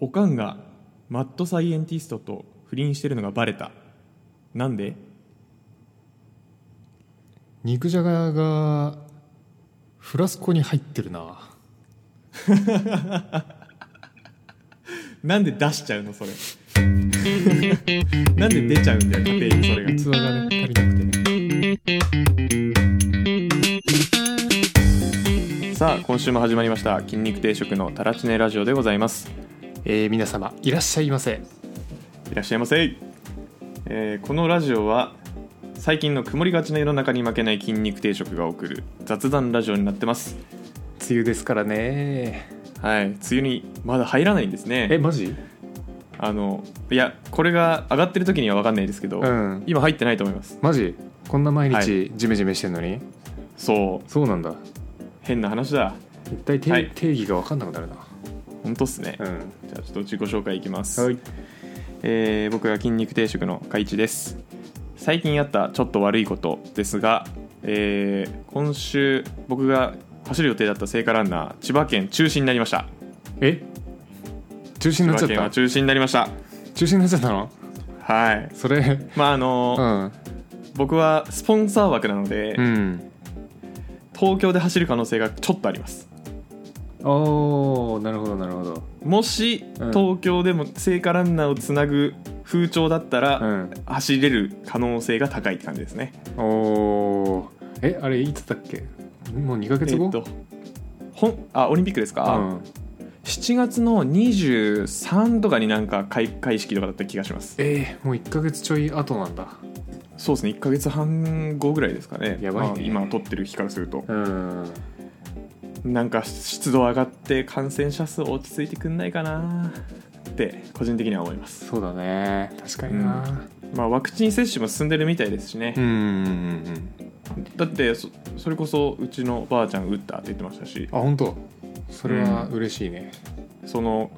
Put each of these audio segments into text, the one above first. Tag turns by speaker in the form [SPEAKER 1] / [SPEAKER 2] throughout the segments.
[SPEAKER 1] おかんがマッドサイエンティストと不倫してるのがバレたなんで
[SPEAKER 2] 肉じゃががフラスコに入ってるな
[SPEAKER 1] なんで出しちゃうのそれ なんで出ちゃうんだよ家庭にそれが
[SPEAKER 2] 器がね足りなくてね
[SPEAKER 1] さあ今週も始まりました筋肉定食のタラチネラジオでございます
[SPEAKER 2] えー皆様いらっしゃいませ
[SPEAKER 1] いらっしゃいませ、えーこのラジオは最近の曇りがちな世の中に負けない筋肉定食が送る雑談ラジオになってます
[SPEAKER 2] 梅雨ですからね
[SPEAKER 1] はい梅雨にまだ入らないんですね
[SPEAKER 2] えマジ
[SPEAKER 1] あのいやこれが上がってる時には分かんないですけど、
[SPEAKER 2] うん
[SPEAKER 1] 今入ってないと思います
[SPEAKER 2] マジこんな毎
[SPEAKER 1] は
[SPEAKER 2] 日ジメジメしてんのに、
[SPEAKER 1] そう
[SPEAKER 2] そうなんだ
[SPEAKER 1] 変な話だ
[SPEAKER 2] 一体定,、
[SPEAKER 1] はい
[SPEAKER 2] 定義が分かんなくなるな
[SPEAKER 1] 本当っすね、
[SPEAKER 2] うん
[SPEAKER 1] じゃあちょっと自己紹介いきます、
[SPEAKER 2] はい
[SPEAKER 1] えー僕が筋肉定食の海一です最近あったちょっと悪いことですが、えー今週僕が走る予定だった聖火ランナー千葉県中止になりました
[SPEAKER 2] え中止
[SPEAKER 1] 千
[SPEAKER 2] になっち
[SPEAKER 1] 葉
[SPEAKER 2] ゃっ
[SPEAKER 1] 県は
[SPEAKER 2] た
[SPEAKER 1] 中止になりました
[SPEAKER 2] 中止になっちゃったの
[SPEAKER 1] はい
[SPEAKER 2] それ
[SPEAKER 1] まああの
[SPEAKER 2] う、ん
[SPEAKER 1] 僕はスポンサー枠なので、
[SPEAKER 2] うん
[SPEAKER 1] 東京で走る可能性がちょっとあります
[SPEAKER 2] おーなるほどなるほど
[SPEAKER 1] もし
[SPEAKER 2] うん
[SPEAKER 1] 東京でも聖火ランナーをつなぐ風潮だったら、
[SPEAKER 2] うん
[SPEAKER 1] 走れる可能性が高いって感じですね
[SPEAKER 2] おーえあれいつだっけもう2ヶ
[SPEAKER 1] え
[SPEAKER 2] 月後、
[SPEAKER 1] っとほんあオリンピックですか、
[SPEAKER 2] うん、
[SPEAKER 1] 7月の23とかになんか開会式とかだった気がします
[SPEAKER 2] えーもう1ヶ月ちょい後なんだ
[SPEAKER 1] そうですね1か月半後ぐらいですかね
[SPEAKER 2] やばいね
[SPEAKER 1] まあ今撮ってる日からすると
[SPEAKER 2] うん
[SPEAKER 1] なんか湿度上がって感染者数落ち着いてくんないかなって個人的には思います
[SPEAKER 2] そうだね確かにな
[SPEAKER 1] まあワクチン接種も進んでるみたいですしね
[SPEAKER 2] う、んうんうんうん
[SPEAKER 1] だってそそれこそうちのばあちゃん打ったって言ってましたし
[SPEAKER 2] あ本当それは嬉しいね
[SPEAKER 1] その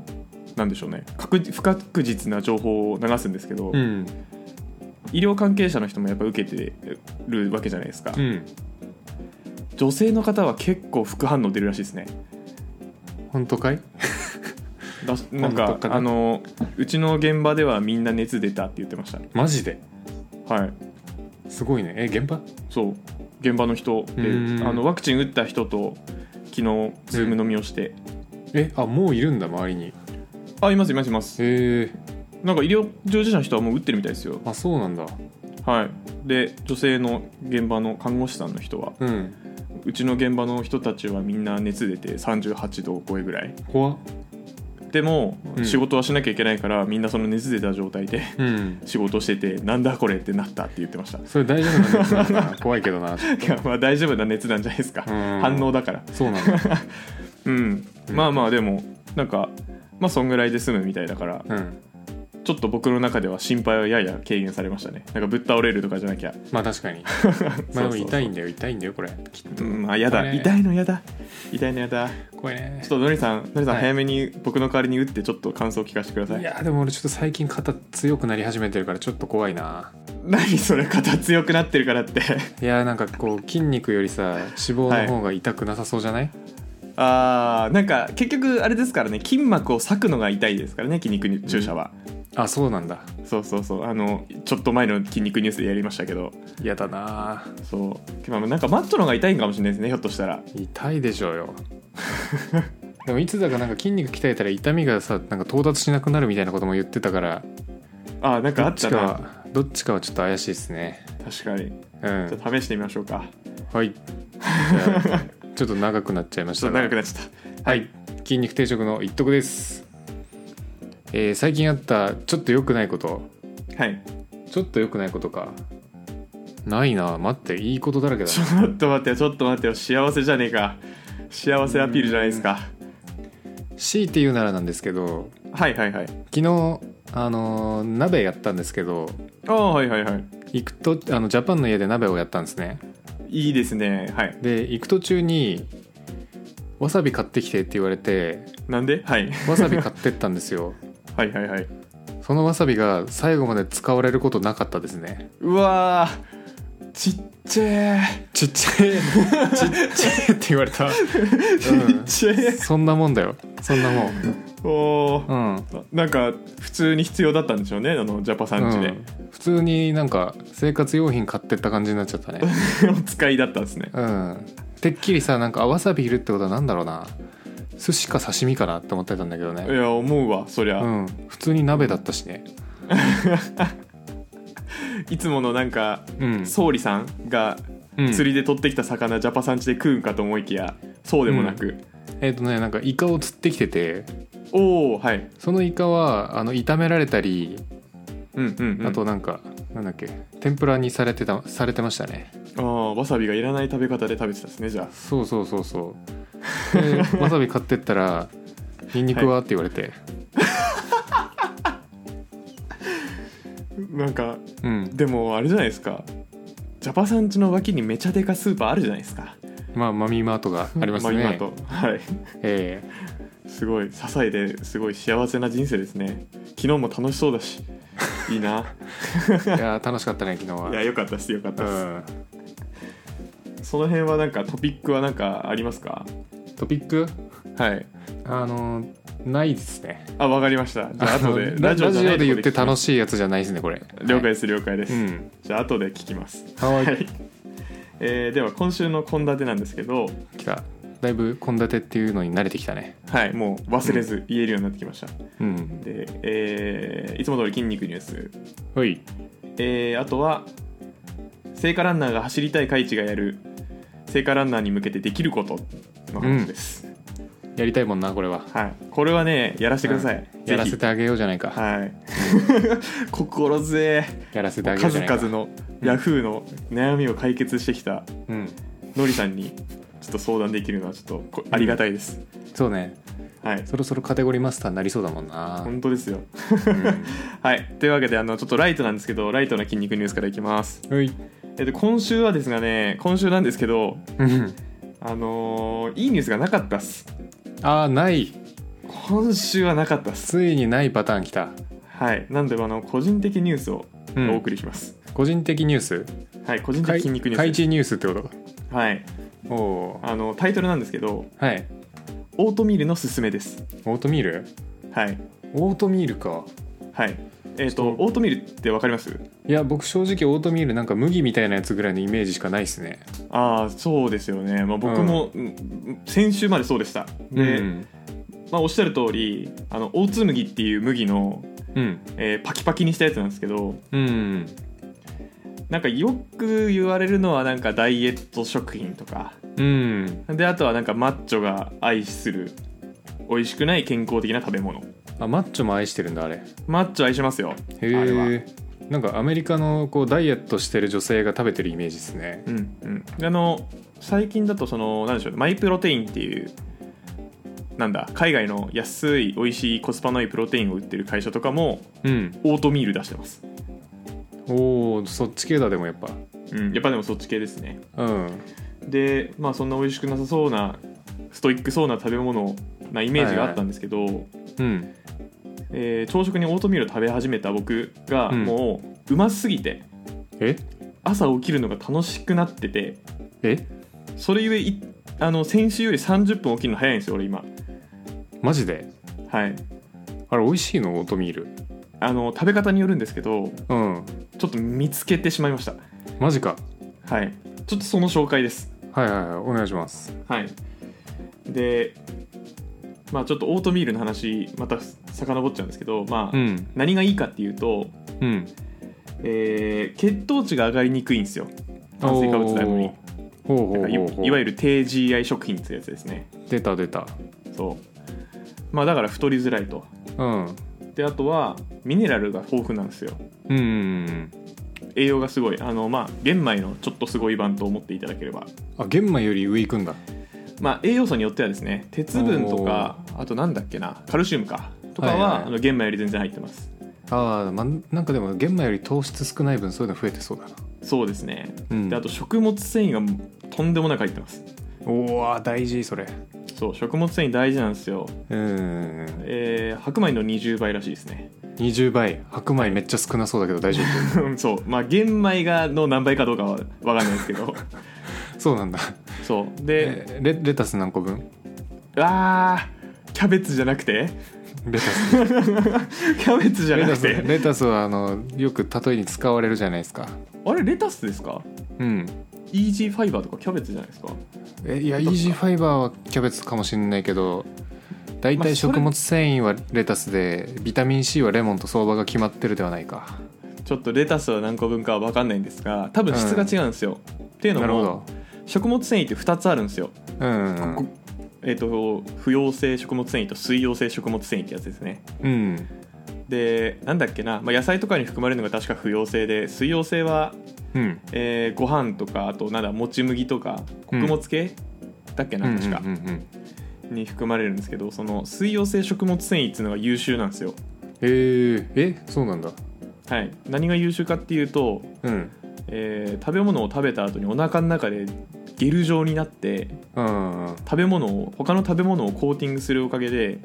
[SPEAKER 1] なんでしょうね確実不確実な情報を流すんですけど、
[SPEAKER 2] ん
[SPEAKER 1] 医療関係者の人もやっぱ受けてるわけじゃないですか、
[SPEAKER 2] うん
[SPEAKER 1] 女性の方は結構副反応出るらしいですね
[SPEAKER 2] 本当かい
[SPEAKER 1] だしなん
[SPEAKER 2] 本
[SPEAKER 1] か
[SPEAKER 2] 当かな
[SPEAKER 1] あのうちの現場ではみんな熱出たって言ってまし
[SPEAKER 2] マジで
[SPEAKER 1] たはい
[SPEAKER 2] すごいねえ現場
[SPEAKER 1] そう現場の人で
[SPEAKER 2] うん
[SPEAKER 1] あのワクチン打った人と昨日ズーム飲みをして、
[SPEAKER 2] えあもういるんだ周りに
[SPEAKER 1] あいますいますいます
[SPEAKER 2] へえ
[SPEAKER 1] なんか医療従事者の人はもう打ってるみたいですよ
[SPEAKER 2] あそうなんだ
[SPEAKER 1] はいで女性の現場の看護師さんの人は
[SPEAKER 2] うん
[SPEAKER 1] うちの現場の人たちはみんな熱出て38度超えぐらい
[SPEAKER 2] 怖っ
[SPEAKER 1] でも、
[SPEAKER 2] うん
[SPEAKER 1] 仕事はしなきゃいけないからみんなその熱出た状態 で
[SPEAKER 2] うん
[SPEAKER 1] 仕事しててなんだこれってなったって言ってましたい
[SPEAKER 2] それ大丈夫なんだよ な怖いけどな
[SPEAKER 1] やまあ大丈夫な熱なんじゃないですか反
[SPEAKER 2] 反
[SPEAKER 1] 応だから
[SPEAKER 2] そうなんだ
[SPEAKER 1] うん、
[SPEAKER 2] うん
[SPEAKER 1] まあまあでもなんかまあそんぐらいで済むみたいだから
[SPEAKER 2] うん
[SPEAKER 1] ちょっと僕の中では心配はやや軽減されましたねなんかぶっ倒れるとかじゃなきゃ
[SPEAKER 2] まあ確 かにまあでも痛いんだよ痛いんだよこれきっと
[SPEAKER 1] うんまあやだ、
[SPEAKER 2] これ
[SPEAKER 1] 痛いのやだ痛いのやだち
[SPEAKER 2] 怖いね
[SPEAKER 1] ょっとのりさんのりさん
[SPEAKER 2] はい
[SPEAKER 1] 早めに僕の代わりに打ってちょっと感想を聞かせてください
[SPEAKER 2] いやでも俺ちょっと最近肩強くなり始めてるからちょっと怖いな
[SPEAKER 1] 何それ肩強くなってるからって
[SPEAKER 2] いやなんかこう筋肉よりさ脂肪の方が痛くなさそうじゃない、
[SPEAKER 1] あーなんか結局あれですからね筋膜を裂くのが痛いですからね筋肉に注射は、
[SPEAKER 2] あそうなんだ
[SPEAKER 1] そうそうそうあのちょっと前の筋肉ニュースでやりましたけど
[SPEAKER 2] 嫌だな
[SPEAKER 1] そうまあなんかマットの方が痛いんかもしれないですねひょっとしたら
[SPEAKER 2] 痛いでし ょうよでもいつだかなんか筋肉鍛えたら痛みがさなんか到達しなくなるみたいなことも言ってたから
[SPEAKER 1] あなんか
[SPEAKER 2] ど
[SPEAKER 1] あ
[SPEAKER 2] っ
[SPEAKER 1] っ
[SPEAKER 2] ち
[SPEAKER 1] た
[SPEAKER 2] か
[SPEAKER 1] な
[SPEAKER 2] はどっちかはちょっと怪しいですね
[SPEAKER 1] 確かに
[SPEAKER 2] う
[SPEAKER 1] ちょっ
[SPEAKER 2] ん
[SPEAKER 1] と試してみましょうか
[SPEAKER 2] はいじゃあちょっと長くなっちゃいまし
[SPEAKER 1] ちょっ
[SPEAKER 2] た
[SPEAKER 1] と
[SPEAKER 2] が
[SPEAKER 1] 長くなっちゃっ
[SPEAKER 2] はい筋肉定食の一徳です、えー最近あったちょっと良くないこと
[SPEAKER 1] たはい
[SPEAKER 2] ちょっと良くないことかないな待っていいことだらけだ
[SPEAKER 1] ちょっと待ってよちょっと待ってよ幸せじゃねえか幸せアピールじゃないですか
[SPEAKER 2] 強いて言うならなんですけど
[SPEAKER 1] はいはいはい
[SPEAKER 2] 昨日あのー鍋やったんですけど
[SPEAKER 1] ああはいはいはい
[SPEAKER 2] 行くとあのジャパンの家で鍋をやったんですね
[SPEAKER 1] いいですねはい
[SPEAKER 2] で行く途中にわさび買ってきてって言われて
[SPEAKER 1] なんで、はい、
[SPEAKER 2] わさび買ってったんですよ
[SPEAKER 1] はいはいはい
[SPEAKER 2] そのわさびが最後まで使われることなかったですね
[SPEAKER 1] うわーちっちゃ
[SPEAKER 2] ちっ ちゃいちっちゃいって言われた、うん、
[SPEAKER 1] ちっちゃい
[SPEAKER 2] そんなもんだよそんなもん
[SPEAKER 1] おー
[SPEAKER 2] うん
[SPEAKER 1] なんか普通に必要だったんでしょうねあのジャパさんちで、
[SPEAKER 2] うん、普通になんか生活用品買ってった感じになっちゃ ったね
[SPEAKER 1] お使いだったんですね
[SPEAKER 2] うんてっきりさなんかあわさびいるってことはなんだろうな寿司か刺身かなって思ってたんだけど
[SPEAKER 1] い
[SPEAKER 2] ね
[SPEAKER 1] や思うわそりゃ、
[SPEAKER 2] うん普通に鍋だったしね
[SPEAKER 1] いつものなんか
[SPEAKER 2] うん
[SPEAKER 1] 総理さんが
[SPEAKER 2] うん
[SPEAKER 1] 釣りで取ってきた魚、ジャパさんちで食うんかと思いきやそうでもなく、
[SPEAKER 2] えっ、とねなんかイカを釣ってきてて
[SPEAKER 1] おおはい
[SPEAKER 2] そのイカはあの炒められたり
[SPEAKER 1] うんうん、うん、
[SPEAKER 2] あとなんか、なんだっけ天ぷらにされてたされてましたね
[SPEAKER 1] ああわさびがいらない食べ方で食べてたんですねじゃ
[SPEAKER 2] そうそうそうそう でわさび買ってったら「ニンニクは?」って言われて、
[SPEAKER 1] あなんか
[SPEAKER 2] うん
[SPEAKER 1] でもあれじゃないですかジャパさんちの脇にめちゃでかスーパーあるじゃないですか
[SPEAKER 2] まあマミーマートがありますね
[SPEAKER 1] まあ今とはい
[SPEAKER 2] え
[SPEAKER 1] すごい些細ですごい幸せな人生ですね昨日も楽しそうだ しいいな
[SPEAKER 2] えいやー楽しかったね昨日はい
[SPEAKER 1] やよかったですよかった
[SPEAKER 2] う
[SPEAKER 1] で
[SPEAKER 2] ん、
[SPEAKER 1] すその辺はなんかトピックはなんかありますか
[SPEAKER 2] トピック
[SPEAKER 1] はい
[SPEAKER 2] あのーないですね
[SPEAKER 1] あわかりましたじゃあ
[SPEAKER 2] あの
[SPEAKER 1] 後で
[SPEAKER 2] ララ
[SPEAKER 1] じゃ
[SPEAKER 2] ジ
[SPEAKER 1] な
[SPEAKER 2] オ
[SPEAKER 1] いとこ
[SPEAKER 2] で言って
[SPEAKER 1] 聞きま
[SPEAKER 2] 楽しいやつじゃないですねこれ
[SPEAKER 1] す了解です了解です、
[SPEAKER 2] うん
[SPEAKER 1] じゃあ後で聞きます
[SPEAKER 2] は
[SPEAKER 1] はいい、えーでは今週の献立なんですけど
[SPEAKER 2] 来ただいぶ献立っていうのに慣れてきたね
[SPEAKER 1] はいもう忘れず言えるようになってきました、
[SPEAKER 2] うん
[SPEAKER 1] で、えーいつも通り筋肉ニュース、
[SPEAKER 2] はい
[SPEAKER 1] えーあとは聖火ランナーが走りたいカイチがやる聖火ランナーに向けてできることの話です、
[SPEAKER 2] やりたいもんなこれは
[SPEAKER 1] はいこれはねやらせてください、
[SPEAKER 2] やらせ
[SPEAKER 1] て
[SPEAKER 2] てあげようじゃないか、
[SPEAKER 1] はい 心強い
[SPEAKER 2] やらせてあげようじ
[SPEAKER 1] 数
[SPEAKER 2] ゃないか
[SPEAKER 1] 々のヤフーの悩みを解決してきた
[SPEAKER 2] うん、
[SPEAKER 1] のりさんにちょっと相談できるのはちょっとこありがたいです、
[SPEAKER 2] そうね
[SPEAKER 1] はい
[SPEAKER 2] そろそろカテゴリーマスターになりそうだもんな、
[SPEAKER 1] 本当ですよ
[SPEAKER 2] うん
[SPEAKER 1] はいというわけであのちょっとライトなんですけどライトな筋肉ニュースからいきます
[SPEAKER 2] はい
[SPEAKER 1] えっと今週はですがね今週なんですけど
[SPEAKER 2] うん
[SPEAKER 1] あのーいいニュースがなかったっす
[SPEAKER 2] ああない
[SPEAKER 1] 今週はなかったっす
[SPEAKER 2] ついにないパターンきた、
[SPEAKER 1] はいなんであの個人的ニュースを
[SPEAKER 2] う
[SPEAKER 1] お
[SPEAKER 2] ん、
[SPEAKER 1] 送りします、
[SPEAKER 2] 個人的ニュース
[SPEAKER 1] はい個人的
[SPEAKER 2] 怪
[SPEAKER 1] 筋肉ニュ
[SPEAKER 2] 怪
[SPEAKER 1] ース
[SPEAKER 2] 人ニュースってこと
[SPEAKER 1] はい
[SPEAKER 2] おお
[SPEAKER 1] あのタイトルなんですけど
[SPEAKER 2] ーはい
[SPEAKER 1] オートミールのすすめです
[SPEAKER 2] オートミール
[SPEAKER 1] はい
[SPEAKER 2] オートミールか
[SPEAKER 1] はいえっ、とオートミールってわかります
[SPEAKER 2] いや僕正直オートミールなんか麦みたいなやつぐらいのイメージしかないっすね
[SPEAKER 1] ああそうですよね、まあ、僕も、うん先週までそうでしたで、
[SPEAKER 2] うん
[SPEAKER 1] まあ、おっしゃる通りあの大麦っていう麦の、
[SPEAKER 2] うん
[SPEAKER 1] えーパキパキにしたやつなんですけど
[SPEAKER 2] うん
[SPEAKER 1] なんかよく言われるのはなんかダイエット食品とか
[SPEAKER 2] うん
[SPEAKER 1] であとはなんかマッチョが愛する美味しくない健康的な食べ物
[SPEAKER 2] あマッチョも愛してるんだあれへ
[SPEAKER 1] マッチョ愛しますよあれは
[SPEAKER 2] えんかアメリカのこうダイエットしてる女性が食べてるイメージですね
[SPEAKER 1] うんうんであの最近だとそのなんでしょうねマイプロテインっていうなんだ海外の安い美味しいコスパのいいプロテインを売ってる会社とかも
[SPEAKER 2] うん
[SPEAKER 1] オートミール出してます、
[SPEAKER 2] おおそっち系だでもやっぱ
[SPEAKER 1] うん、やっぱでもそっち系ですね
[SPEAKER 2] うん
[SPEAKER 1] でまあそんな美味しくなさそうなストイックそうな食べ物なイメージがあったんですけど、
[SPEAKER 2] うん
[SPEAKER 1] えー朝食にオートミールを食べ始めた僕が
[SPEAKER 2] うん
[SPEAKER 1] もううますぎて
[SPEAKER 2] え
[SPEAKER 1] 朝起きるのが楽しくなってて
[SPEAKER 2] え
[SPEAKER 1] それゆえいあの先週より30分起きるの早いんですよ俺今
[SPEAKER 2] マジで
[SPEAKER 1] はい
[SPEAKER 2] あれ美味しいのオートミール
[SPEAKER 1] あの食べ方によるんですけど
[SPEAKER 2] うん
[SPEAKER 1] ちょっと見つけてしまいました
[SPEAKER 2] マジか
[SPEAKER 1] はいちょっとその紹介です
[SPEAKER 2] はいはいはいお願いします
[SPEAKER 1] はいでまあちょっとオートミールの話また遡っちゃうんですけどまあ、
[SPEAKER 2] ん
[SPEAKER 1] 何がいいかっていうと、
[SPEAKER 2] うん
[SPEAKER 1] えー血糖値が上がりにくいんですよ炭水化物だのに
[SPEAKER 2] ほうほう
[SPEAKER 1] なんか
[SPEAKER 2] ほうほう
[SPEAKER 1] いいわゆる低 GI 食品ってやつですね
[SPEAKER 2] 出た出た
[SPEAKER 1] そうまあだから太りづらいと
[SPEAKER 2] うん
[SPEAKER 1] であとはミネラルが豊富なんですよ
[SPEAKER 2] うん
[SPEAKER 1] 栄養がすごいあのまあ玄米のちょっとすごい版と思っていただければ
[SPEAKER 2] あ玄米より上行くんだ
[SPEAKER 1] まあ栄養素によってはですね鉄分とかあとなんだっけなカルシウムかとかは、
[SPEAKER 2] はいはい
[SPEAKER 1] あの玄米より全然入ってます
[SPEAKER 2] ああ、ま、なんかでも玄米より糖質少ない分そういうの増えてそうだな
[SPEAKER 1] そうですね、
[SPEAKER 2] うん
[SPEAKER 1] であと食物繊維がとんでもなく入ってます
[SPEAKER 2] おお大事それ
[SPEAKER 1] そう食物繊維大事なんですよ、
[SPEAKER 2] うん
[SPEAKER 1] えー白米の20倍らしいですね
[SPEAKER 2] 20倍白米めっちゃ少なそうだけど大丈夫
[SPEAKER 1] そうまあ玄米がの何倍かどうかは分かんないですけど
[SPEAKER 2] そうなんだ
[SPEAKER 1] そうで、
[SPEAKER 2] えレレタス何個分
[SPEAKER 1] あーキャベツじゃなくて
[SPEAKER 2] レタス
[SPEAKER 1] キャベツじゃ
[SPEAKER 2] レ
[SPEAKER 1] な
[SPEAKER 2] タ
[SPEAKER 1] く
[SPEAKER 2] ス
[SPEAKER 1] て
[SPEAKER 2] レタスはあのよく例えに使われるじゃないですか
[SPEAKER 1] あれレタスですか
[SPEAKER 2] うん
[SPEAKER 1] イージーファイバーとかキャベツじゃないですか
[SPEAKER 2] えいやイ
[SPEAKER 1] レタスか
[SPEAKER 2] ージーファイバーはキャベツかもしれないけど大
[SPEAKER 1] まあ
[SPEAKER 2] 体
[SPEAKER 1] それ
[SPEAKER 2] 食物繊維はレタスでビタミン C はレモンと相場が決まってるではないか
[SPEAKER 1] ちょっとレタスは何個分かは分かんないんですが多分質が違うんですよ、っていうの
[SPEAKER 2] なるほ
[SPEAKER 1] も
[SPEAKER 2] ど
[SPEAKER 1] 食物繊維って2つあるんですよ、
[SPEAKER 2] うんうん
[SPEAKER 1] こえっと不溶性食物繊維と水溶性食物繊維ってやつですね
[SPEAKER 2] うん
[SPEAKER 1] でなんだっけな、まあ、野菜とかに含まれるのが確か不溶性で水溶性は、
[SPEAKER 2] うん
[SPEAKER 1] えーご飯とかあとなんだもち麦とか
[SPEAKER 2] うん
[SPEAKER 1] 穀物系、だっけな確か、
[SPEAKER 2] うんうんうんうん
[SPEAKER 1] に含まれるんですけどその水溶性食物繊維っていうのが優秀なんですよ
[SPEAKER 2] えー、えそうなんだ
[SPEAKER 1] はい何が優秀かっていうと、
[SPEAKER 2] うん
[SPEAKER 1] えー食べ物を食べた後にお腹の中でゲル状になって
[SPEAKER 2] うんうん
[SPEAKER 1] 食べ物を他の食べ物をコーティングするおかげで、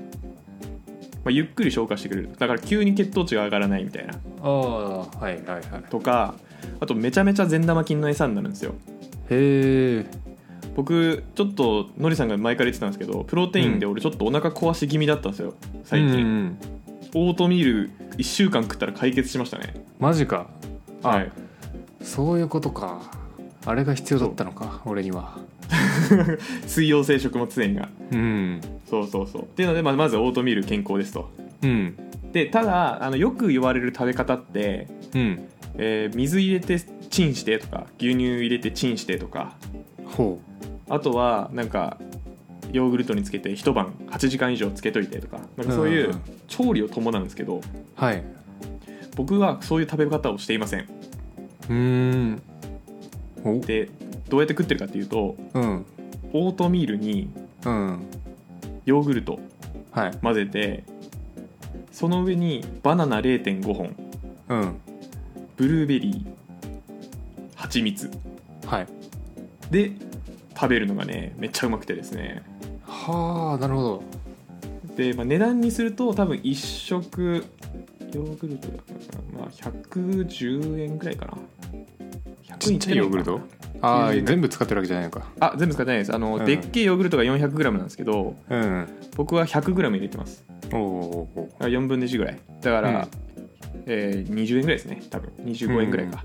[SPEAKER 1] まあ、ゆっくり消化してくれるだから急に血糖値が上がらないみたいな
[SPEAKER 2] ああはいはいはい
[SPEAKER 1] とかあとめちゃめちゃ善玉菌の餌になるんですよ
[SPEAKER 2] へえ
[SPEAKER 1] 僕ちょっとのりさんが前から言ってたんですけどプロテインで俺ちょっとお腹壊し気味だったんですよ最近、
[SPEAKER 2] うん、
[SPEAKER 1] オートミール1週間食ったら解決しましたね
[SPEAKER 2] マジかあ、
[SPEAKER 1] はい
[SPEAKER 2] そういうことかあれが必要だったのか俺には
[SPEAKER 1] 水溶性食物繊維が
[SPEAKER 2] うん
[SPEAKER 1] そうそうそうっていうので、まあ、まずオートミール健康ですと
[SPEAKER 2] うん
[SPEAKER 1] でただあのよく言われる食べ方って、
[SPEAKER 2] うん
[SPEAKER 1] えー水入れてチンしてとか牛乳入れてチンしてとか
[SPEAKER 2] ほ
[SPEAKER 1] あとはなんかヨーグルトにつけて一晩8時間以上つけといてとかなんかそうい
[SPEAKER 2] うん
[SPEAKER 1] う
[SPEAKER 2] うん
[SPEAKER 1] 調理を伴うんですけど
[SPEAKER 2] うはい
[SPEAKER 1] 僕はそういう食べ方をしていません
[SPEAKER 2] うーんお
[SPEAKER 1] でどうやって食ってるかっていうと
[SPEAKER 2] うん
[SPEAKER 1] オートミールに
[SPEAKER 2] うん
[SPEAKER 1] ヨーグルト
[SPEAKER 2] はい
[SPEAKER 1] 混ぜてその上にバナナ0.5本
[SPEAKER 2] うん
[SPEAKER 1] ブルーベリー蜂蜜
[SPEAKER 2] はい
[SPEAKER 1] で食べるのがねめっちゃうまくてですね
[SPEAKER 2] はあなるほど
[SPEAKER 1] で、まあ、値段にすると多分1食ヨーグルトだから、まあ、110円ぐらいかな100
[SPEAKER 2] ちっ
[SPEAKER 1] 円
[SPEAKER 2] ちゃいヨーグル
[SPEAKER 1] い
[SPEAKER 2] ト
[SPEAKER 1] ってないか
[SPEAKER 2] ああ
[SPEAKER 1] うん
[SPEAKER 2] 全部使ってるわけじゃないのか
[SPEAKER 1] なあ全部使ってないですあの、
[SPEAKER 2] うん
[SPEAKER 1] でっけえヨーグルトが 400g なんですけど
[SPEAKER 2] うん
[SPEAKER 1] 僕は 100g 入れてます
[SPEAKER 2] おおーおーおー
[SPEAKER 1] だから4分の1ぐらいだから、えー20円ぐらいですね多分25円ぐらいか、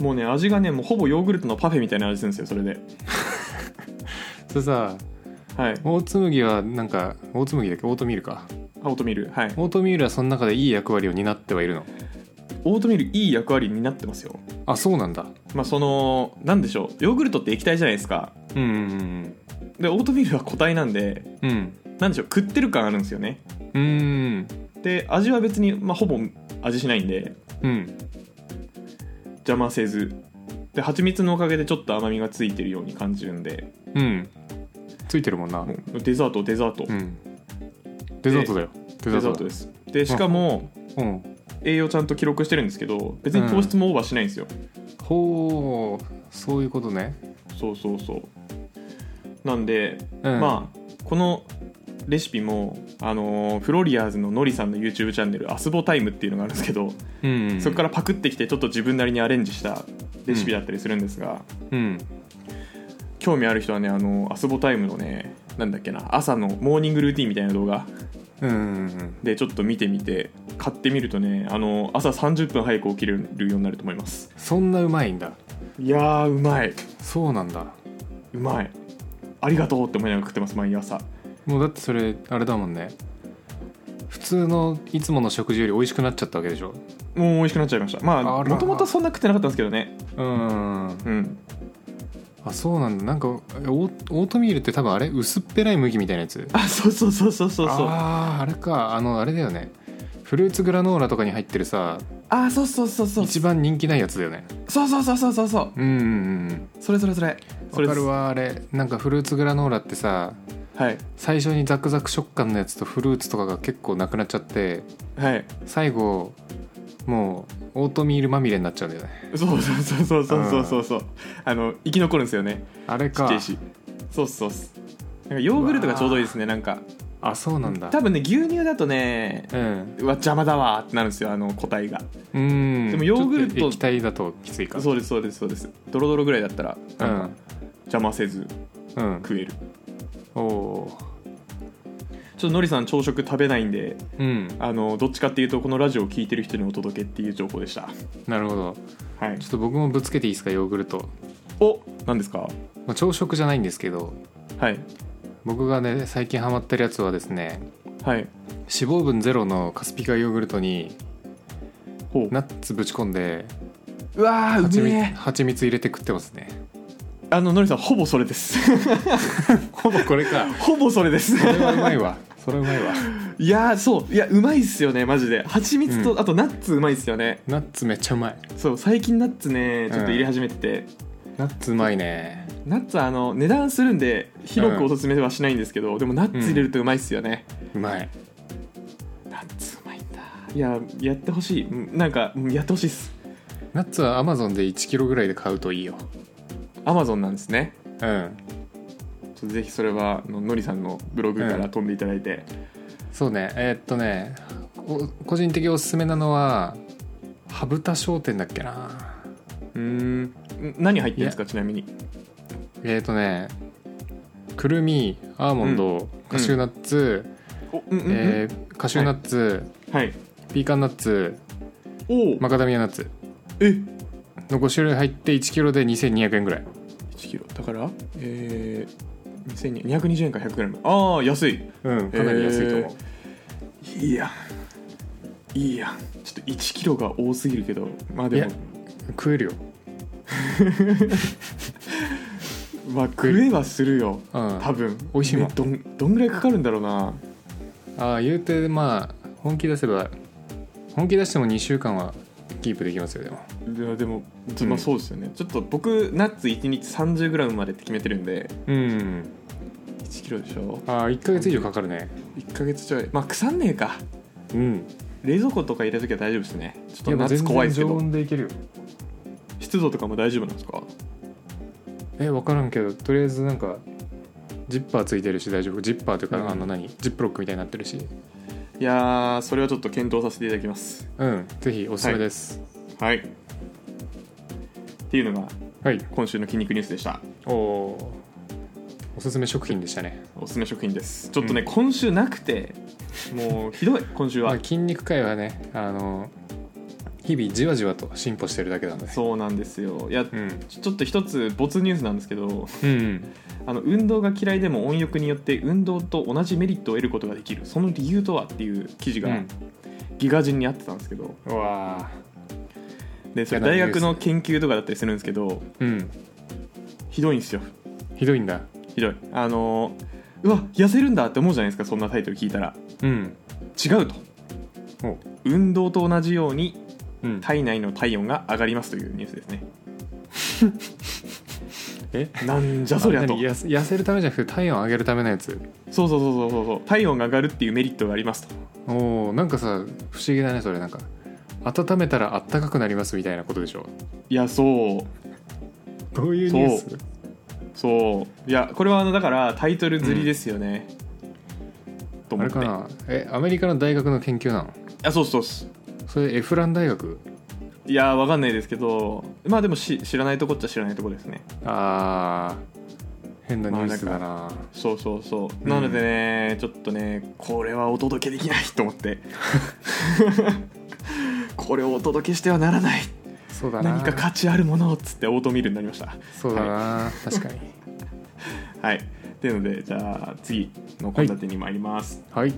[SPEAKER 1] もうね味がねもうほぼヨーグルトのパフェみたいな味するんですよそれで
[SPEAKER 2] それさ
[SPEAKER 1] はい
[SPEAKER 2] 大麦はなんか大麦だっけオートミールか
[SPEAKER 1] あオートミールはい
[SPEAKER 2] オートミールはその中でいい役割を担ってはいるの
[SPEAKER 1] オートミールいい役割になってますよ
[SPEAKER 2] あそうなんだ
[SPEAKER 1] まあそのなんでしょうヨーグルトって液体じゃないですか
[SPEAKER 2] うんうん
[SPEAKER 1] でオートミールは固体なんで
[SPEAKER 2] うんうん
[SPEAKER 1] なんでしょう食ってる感あるんですよね
[SPEAKER 2] うん
[SPEAKER 1] で味は別に、まあ、ほぼ味しないんで
[SPEAKER 2] うん
[SPEAKER 1] 邪魔せずで蜂蜜のおかげでちょっと甘みがついてるように感じるんで
[SPEAKER 2] うんついてるもんな
[SPEAKER 1] もうデザートデザート、
[SPEAKER 2] うんデザートだよデ
[SPEAKER 1] デザート
[SPEAKER 2] だ
[SPEAKER 1] ですでしかも
[SPEAKER 2] うん
[SPEAKER 1] 栄養ちゃんと記録してるんですけど別に糖質もオーバーしないんですよ、
[SPEAKER 2] ほうそういうことね、
[SPEAKER 1] そうそうそうなんで、
[SPEAKER 2] うん、
[SPEAKER 1] まあこのレシピも、あのーフロリアーズののりさんの YouTube チャンネル「アスボタイム」っていうのがあるんですけど、
[SPEAKER 2] あ、うんうん、
[SPEAKER 1] そこからパクってきてちょっと自分なりにアレンジしたレシピだったりするんですが、
[SPEAKER 2] うん
[SPEAKER 1] 興味ある人はね、あのーアスボタイムのねなんだっけな朝のモーニングルーティンみたいな動画
[SPEAKER 2] うんうん
[SPEAKER 1] でちょっと見てみて買ってみるとね、あのー朝30分早く起きれるようになると思います
[SPEAKER 2] そんなうまいんだ
[SPEAKER 1] いやーうまい
[SPEAKER 2] そうなんだ
[SPEAKER 1] うまいありがとうって思いながら食ってます毎朝
[SPEAKER 2] もうだってそれあれだもんね普通のいつもの食事より美味しくなっちゃったわけでしょ
[SPEAKER 1] もう美味しくなっちゃいましたまあ
[SPEAKER 2] あら
[SPEAKER 1] もともとそんな食ってなかったんですけどね
[SPEAKER 2] うん
[SPEAKER 1] うん
[SPEAKER 2] あそうなんだなんかえオーオートミールって多分あれ薄っぺらい麦みたいなやつ
[SPEAKER 1] あそうそうそうそうそうそうあ
[SPEAKER 2] あああれかあのあれだよねフルーツグラノーラとかに入ってるさ
[SPEAKER 1] あそうそうそうそう
[SPEAKER 2] 一番人気ないやつだよね
[SPEAKER 1] そうそうそうそうそうそう
[SPEAKER 2] うんうんうん
[SPEAKER 1] それそれそれそ
[SPEAKER 2] わ
[SPEAKER 1] れです
[SPEAKER 2] かるわあれなんかフルーツグラノーラってさ
[SPEAKER 1] はい
[SPEAKER 2] 最初にザクザク食感のやつとフルーツとかが結構なくなっちゃって
[SPEAKER 1] はい
[SPEAKER 2] 最後もうオートミールまみれになっちゃうんだよね
[SPEAKER 1] そうそうそうそうそうそうそうあの生き残るんですよね
[SPEAKER 2] あれ
[SPEAKER 1] ちっ
[SPEAKER 2] か
[SPEAKER 1] ちゃいしそうそうそうなんかヨーグルトがちょうどいいですねなんか
[SPEAKER 2] あそうなんだ
[SPEAKER 1] 多分ね牛乳だとね
[SPEAKER 2] うん
[SPEAKER 1] うわ邪魔だわってなるんですよあの個体が
[SPEAKER 2] うん
[SPEAKER 1] でもヨーグルト
[SPEAKER 2] ちょっと液体だときついか
[SPEAKER 1] そうですそうですそうですドロドロぐらいだったら
[SPEAKER 2] うん
[SPEAKER 1] 邪魔せず
[SPEAKER 2] うん
[SPEAKER 1] 食える
[SPEAKER 2] おお
[SPEAKER 1] ちょっとのりさん朝食食べないんで
[SPEAKER 2] ーうん
[SPEAKER 1] あのどっちかっていうとこのラジオを聞いてる人にお届けっていう情報でした
[SPEAKER 2] なるほど
[SPEAKER 1] はい
[SPEAKER 2] ちょっと僕もぶつけていいですかヨーグルト、
[SPEAKER 1] お何ですか
[SPEAKER 2] まあ、朝食じゃないんですけど
[SPEAKER 1] はい
[SPEAKER 2] 僕がね最近ハマってるやつはですね
[SPEAKER 1] はい
[SPEAKER 2] 脂肪分ゼロのカスピカヨーグルトに
[SPEAKER 1] ほう
[SPEAKER 2] ナッツぶち込んで
[SPEAKER 1] うわー
[SPEAKER 2] 蜂
[SPEAKER 1] うめ
[SPEAKER 2] 蜜
[SPEAKER 1] え
[SPEAKER 2] 蜂蜜入れて食ってますね
[SPEAKER 1] あののりさんほぼそれです
[SPEAKER 2] ほ ぼこれか
[SPEAKER 1] ほぼそれです
[SPEAKER 2] それはうまいわそれうまいわ
[SPEAKER 1] いやーそういやうまいっすよねマジで蜂蜜と、
[SPEAKER 2] うん
[SPEAKER 1] あとナッツうまいっすよね
[SPEAKER 2] ナッツめっちゃうまい
[SPEAKER 1] そう最近ナッツねちょっと入れ始めてて、
[SPEAKER 2] ナッツうまいね
[SPEAKER 1] ナッツはあの値段するんで広くおすすめはしないんですけど、でもナッツ入れるとうまいっすよね、
[SPEAKER 2] うまい
[SPEAKER 1] ナッツうまいんだいややってほしいうんなんかうんやってほしいっす
[SPEAKER 2] ナッツはアマゾンで1キロぐらいで買うといいよ
[SPEAKER 1] アマゾンなんですね
[SPEAKER 2] うん
[SPEAKER 1] ちょっとぜひそれはあののりさんのブログから飛んでいただいて、
[SPEAKER 2] そうねえーっとねお個人的おすすめなのは羽豚商店だっけな
[SPEAKER 1] うーんん何入ってるんですかちなみに
[SPEAKER 2] えーっとねくるみアーモンド、カシューナッツ、
[SPEAKER 1] おうんうんうん
[SPEAKER 2] えーカシューナッツ、
[SPEAKER 1] はい
[SPEAKER 2] ピーカンナッツ
[SPEAKER 1] おお、
[SPEAKER 2] マカダミアナッツ
[SPEAKER 1] え
[SPEAKER 2] の5種類入って1キロで2200円ぐらい
[SPEAKER 1] 1キロだからえー、2200 220円か 100g ああ安い
[SPEAKER 2] うんかなり安いと思う、
[SPEAKER 1] いいやんいいやんちょっと1キロが多すぎるけどまあで
[SPEAKER 2] い
[SPEAKER 1] も
[SPEAKER 2] や食えるよ
[SPEAKER 1] まあ食えはするよ
[SPEAKER 2] うん
[SPEAKER 1] 多分
[SPEAKER 2] 美味しいもん
[SPEAKER 1] ねどんどんぐらいかかるんだろうな
[SPEAKER 2] ああ言うてまあ本気出せば本気出しても2週間はキープできますよでも
[SPEAKER 1] いやでも、
[SPEAKER 2] うん
[SPEAKER 1] まあそうですよねちょっと僕ナッツ1日 30g までって決めてるんで
[SPEAKER 2] うん
[SPEAKER 1] 1キロでしょ
[SPEAKER 2] ああ1ヶ月以上かかるね
[SPEAKER 1] 1ヶ月ちょいまあ腐んねえか
[SPEAKER 2] うん
[SPEAKER 1] 冷蔵庫とか入れときは大丈夫ですねちょっと夏怖いですけ
[SPEAKER 2] 常
[SPEAKER 1] ど
[SPEAKER 2] 温でいけるよ
[SPEAKER 1] 湿度とかも大丈夫なんですか
[SPEAKER 2] え分からんけどとりあえずなんかジッパーついてるし大丈夫ジッパーというか、
[SPEAKER 1] うん
[SPEAKER 2] あの何ジップロックみたいになってるし
[SPEAKER 1] いやーそれはちょっと検討させていただきます
[SPEAKER 2] うんぜひおすすめです
[SPEAKER 1] はいっていうのが
[SPEAKER 2] はい、
[SPEAKER 1] 今週の筋肉ニュースでした
[SPEAKER 2] おおおすすめ食品でしたね、
[SPEAKER 1] おすすめ食品ですちょっとね、
[SPEAKER 2] うん
[SPEAKER 1] 今週なくてもうひどい今週
[SPEAKER 2] ま
[SPEAKER 1] は、
[SPEAKER 2] あ、筋肉界はねあの日々じわじわと進歩してるだけなんで
[SPEAKER 1] そうなんですよいや、
[SPEAKER 2] うん
[SPEAKER 1] ちょちょっと一つ没ニュースなんですけど
[SPEAKER 2] うん
[SPEAKER 1] あの運動が嫌いでも温浴によって運動と同じメリットを得ることができるその理由とはっていう記事
[SPEAKER 2] う
[SPEAKER 1] が
[SPEAKER 2] ん
[SPEAKER 1] ギガ人にあってたんですけど、
[SPEAKER 2] うわあ
[SPEAKER 1] でそれ
[SPEAKER 2] いや
[SPEAKER 1] 大学の研究とかだったりするんですけど
[SPEAKER 2] うん
[SPEAKER 1] ひどいんですよ
[SPEAKER 2] ひどいんだ
[SPEAKER 1] ひどいあのーうわ痩せるんだって思うじゃないですかそんなタイトル聞いたら
[SPEAKER 2] うん
[SPEAKER 1] 違うと
[SPEAKER 2] お
[SPEAKER 1] 運動と同じように
[SPEAKER 2] うん
[SPEAKER 1] 体内の体温が上がりますというニュース ですね
[SPEAKER 2] え
[SPEAKER 1] なんじゃそりゃと
[SPEAKER 2] あ何や痩せるためじゃなくて体温上げるためのやつ
[SPEAKER 1] そうそうそうそうそう体温が上がるっていうメリットがありますと
[SPEAKER 2] おーなんかさ不思議だねそれなんか温めたらあったかくなりますみたいなことでしょ
[SPEAKER 1] いやそう
[SPEAKER 2] どういうニュース
[SPEAKER 1] そうそういやこれはあのだからタイトル釣りですよね、と
[SPEAKER 2] あ
[SPEAKER 1] 思っ
[SPEAKER 2] れ
[SPEAKER 1] て
[SPEAKER 2] かなえアメリカの大学の研究なの
[SPEAKER 1] あそうそうそう
[SPEAKER 2] それエフラン大学
[SPEAKER 1] いやわかんないですけどまあでもし知らないとこっちゃ知らないとこですね
[SPEAKER 2] あー変なニュースだな,、
[SPEAKER 1] そうそうそう、
[SPEAKER 2] うん
[SPEAKER 1] なのでねちょっとねこれはお届けできないと思って これをお届けしてはならない
[SPEAKER 2] そうだな
[SPEAKER 1] 何か価値あるものをっつってオートミールになりました
[SPEAKER 2] そうだな、確かに
[SPEAKER 1] はいというのでじゃあ次の献立に参ります、
[SPEAKER 2] はい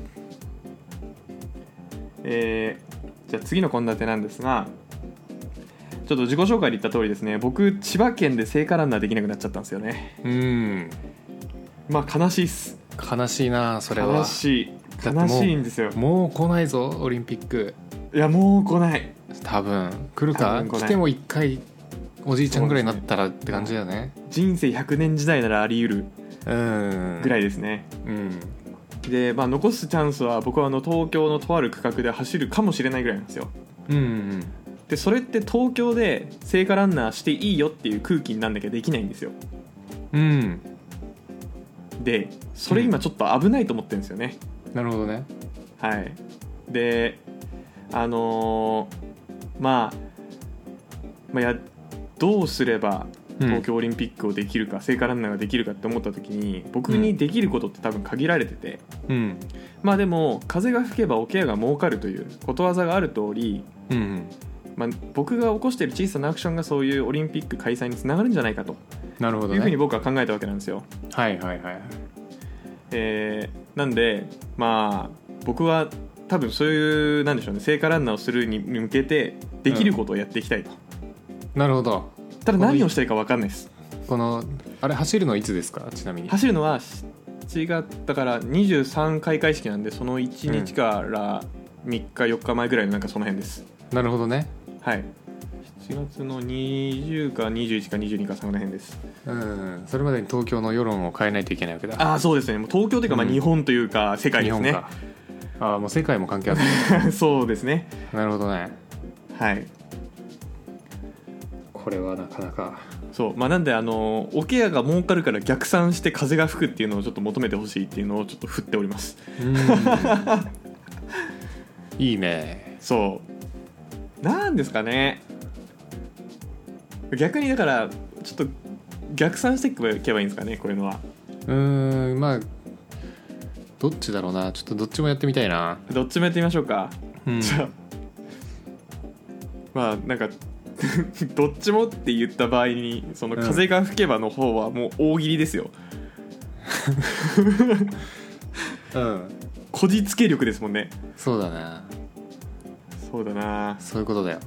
[SPEAKER 1] えーじゃあ次の献立なんですがちょっと自己紹介で言った通りですね僕千葉県で聖火ランナーできなくなっちゃったんですよね
[SPEAKER 2] うん
[SPEAKER 1] まあ悲しいっす
[SPEAKER 2] 悲しいなそれは
[SPEAKER 1] 悲しい
[SPEAKER 2] だっても
[SPEAKER 1] 悲
[SPEAKER 2] う
[SPEAKER 1] しいんですよ
[SPEAKER 2] もう来ないぞオリンピック
[SPEAKER 1] いやもう来ない
[SPEAKER 2] 多分来る
[SPEAKER 1] 多
[SPEAKER 2] か
[SPEAKER 1] 分来ない
[SPEAKER 2] 来ても一回おじいちゃんぐらいになったらって感じだよね
[SPEAKER 1] 人生100年時代ならあり得る
[SPEAKER 2] うん
[SPEAKER 1] ぐら
[SPEAKER 2] い
[SPEAKER 1] いですね、
[SPEAKER 2] うん
[SPEAKER 1] で、まあ、残すチャンスは僕はあの東京のとある区画で走るかもしれないぐらいなんですよ
[SPEAKER 2] うんうん
[SPEAKER 1] でそれって東京で聖火ランナーしていいよっていう空気になんなきゃできないんですよ
[SPEAKER 2] うん
[SPEAKER 1] でそれ今ちょっと危ないと思ってるんですよね、
[SPEAKER 2] なるほどね
[SPEAKER 1] はいであのーまあまあやどうすれば
[SPEAKER 2] うん
[SPEAKER 1] 東京オリンピックをできるか、聖火ランナーができるかって思った時に僕にできることって多分限られてて、
[SPEAKER 2] うん
[SPEAKER 1] まあでも風が吹けば桶屋が儲かるということわざがある通り、
[SPEAKER 2] うんうん
[SPEAKER 1] まあ、僕が起こしている小さなアクションがそういうオリンピック開催につながるんじゃないかと
[SPEAKER 2] なるほど
[SPEAKER 1] いうふうに
[SPEAKER 2] ね
[SPEAKER 1] 僕は考えたわけなんですよ。
[SPEAKER 2] はいはいはい
[SPEAKER 1] えーなんでまあ僕は多分そういうなんでしょうね聖火ランナーをするに向けてできることをやっていきたいと、
[SPEAKER 2] なるほど
[SPEAKER 1] ただ何をしたいか分かんないです
[SPEAKER 2] このあれ走るのいつですかちなみに
[SPEAKER 1] 走るのは7月だから23開会式なんでその1日から3日4日前ぐらいのなんかその辺です
[SPEAKER 2] なるほどね
[SPEAKER 1] はい7月の20か21か22かその辺です
[SPEAKER 2] うんそれまでに東京の世論を変えないといけないわけだ
[SPEAKER 1] ああそうですねもう東京というかまあ
[SPEAKER 2] うん
[SPEAKER 1] 日本というか世界
[SPEAKER 2] 日
[SPEAKER 1] です
[SPEAKER 2] 本
[SPEAKER 1] ね、
[SPEAKER 2] かああもう世界も関係あ る
[SPEAKER 1] そうですね
[SPEAKER 2] なるほどね
[SPEAKER 1] はい
[SPEAKER 2] これはなかなか
[SPEAKER 1] そうまあ、なんであの桶屋が儲かるから逆算して風が吹くっていうのをちょっと求めてほしいっていうのをちょっと振っております
[SPEAKER 2] うんいいね
[SPEAKER 1] そうなんですかね逆にだからちょっと逆算していけばいいんですかねこういうのは
[SPEAKER 2] うーんまあどっちだろうなちょっとどっちもやってみたいな、
[SPEAKER 1] どっちもやってみましょうか、
[SPEAKER 2] うん
[SPEAKER 1] じゃあまあなんか どっちもって言った場合にその風が吹けばの方はもう大喜利ですよ
[SPEAKER 2] うん、
[SPEAKER 1] こじつけ力ですもんね
[SPEAKER 2] そうだな
[SPEAKER 1] そうだな
[SPEAKER 2] そういうことだよ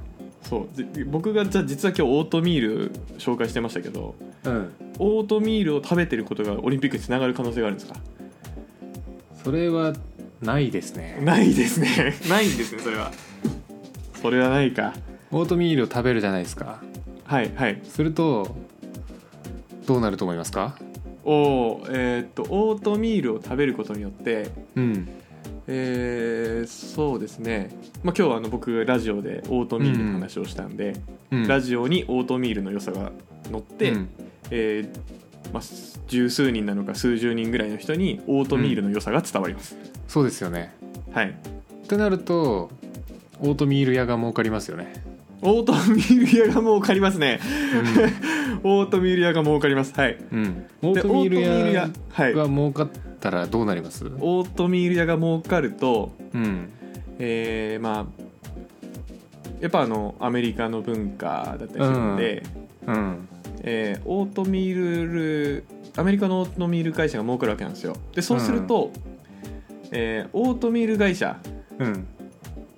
[SPEAKER 1] そうじ僕がじゃあ実は今日オートミール紹介してましたけど
[SPEAKER 2] うん
[SPEAKER 1] オートミールを食べてることがオリンピックにつながる可能性があるんですか
[SPEAKER 2] それはないですね
[SPEAKER 1] ないです ねないんですねそれはそれはないか
[SPEAKER 2] オートミールを食べるじゃないですか
[SPEAKER 1] はいはい
[SPEAKER 2] するとどうなると思いますか
[SPEAKER 1] おーえーっとオートミールを食べることによって
[SPEAKER 2] うん
[SPEAKER 1] えーそうですね、まあ、今日はあの僕ラジオでオートミールの話をしたんで、
[SPEAKER 2] うん
[SPEAKER 1] ラジオにオートミールの良さが載って、
[SPEAKER 2] うん
[SPEAKER 1] えーまあ、十数人なのか数十人ぐらいの人にオートミールの良さが伝わります、
[SPEAKER 2] そうですよね
[SPEAKER 1] はい
[SPEAKER 2] ってなるとオートミール屋が儲かりますよね、
[SPEAKER 1] オートミール屋が儲かりますねオートミール屋が儲かりますはい
[SPEAKER 2] うんうん、オートミール
[SPEAKER 1] でオートミール
[SPEAKER 2] 屋
[SPEAKER 1] 屋はい
[SPEAKER 2] が儲かったらどうなります、う
[SPEAKER 1] オートミール屋が儲かると
[SPEAKER 2] ん、
[SPEAKER 1] えーまあやっぱあのアメリカの文化だったりするので、
[SPEAKER 2] うん
[SPEAKER 1] えーオートミールアメリカのオートミール会社が儲かるわけなんですよでそうすると、えーオートミール会社
[SPEAKER 2] うん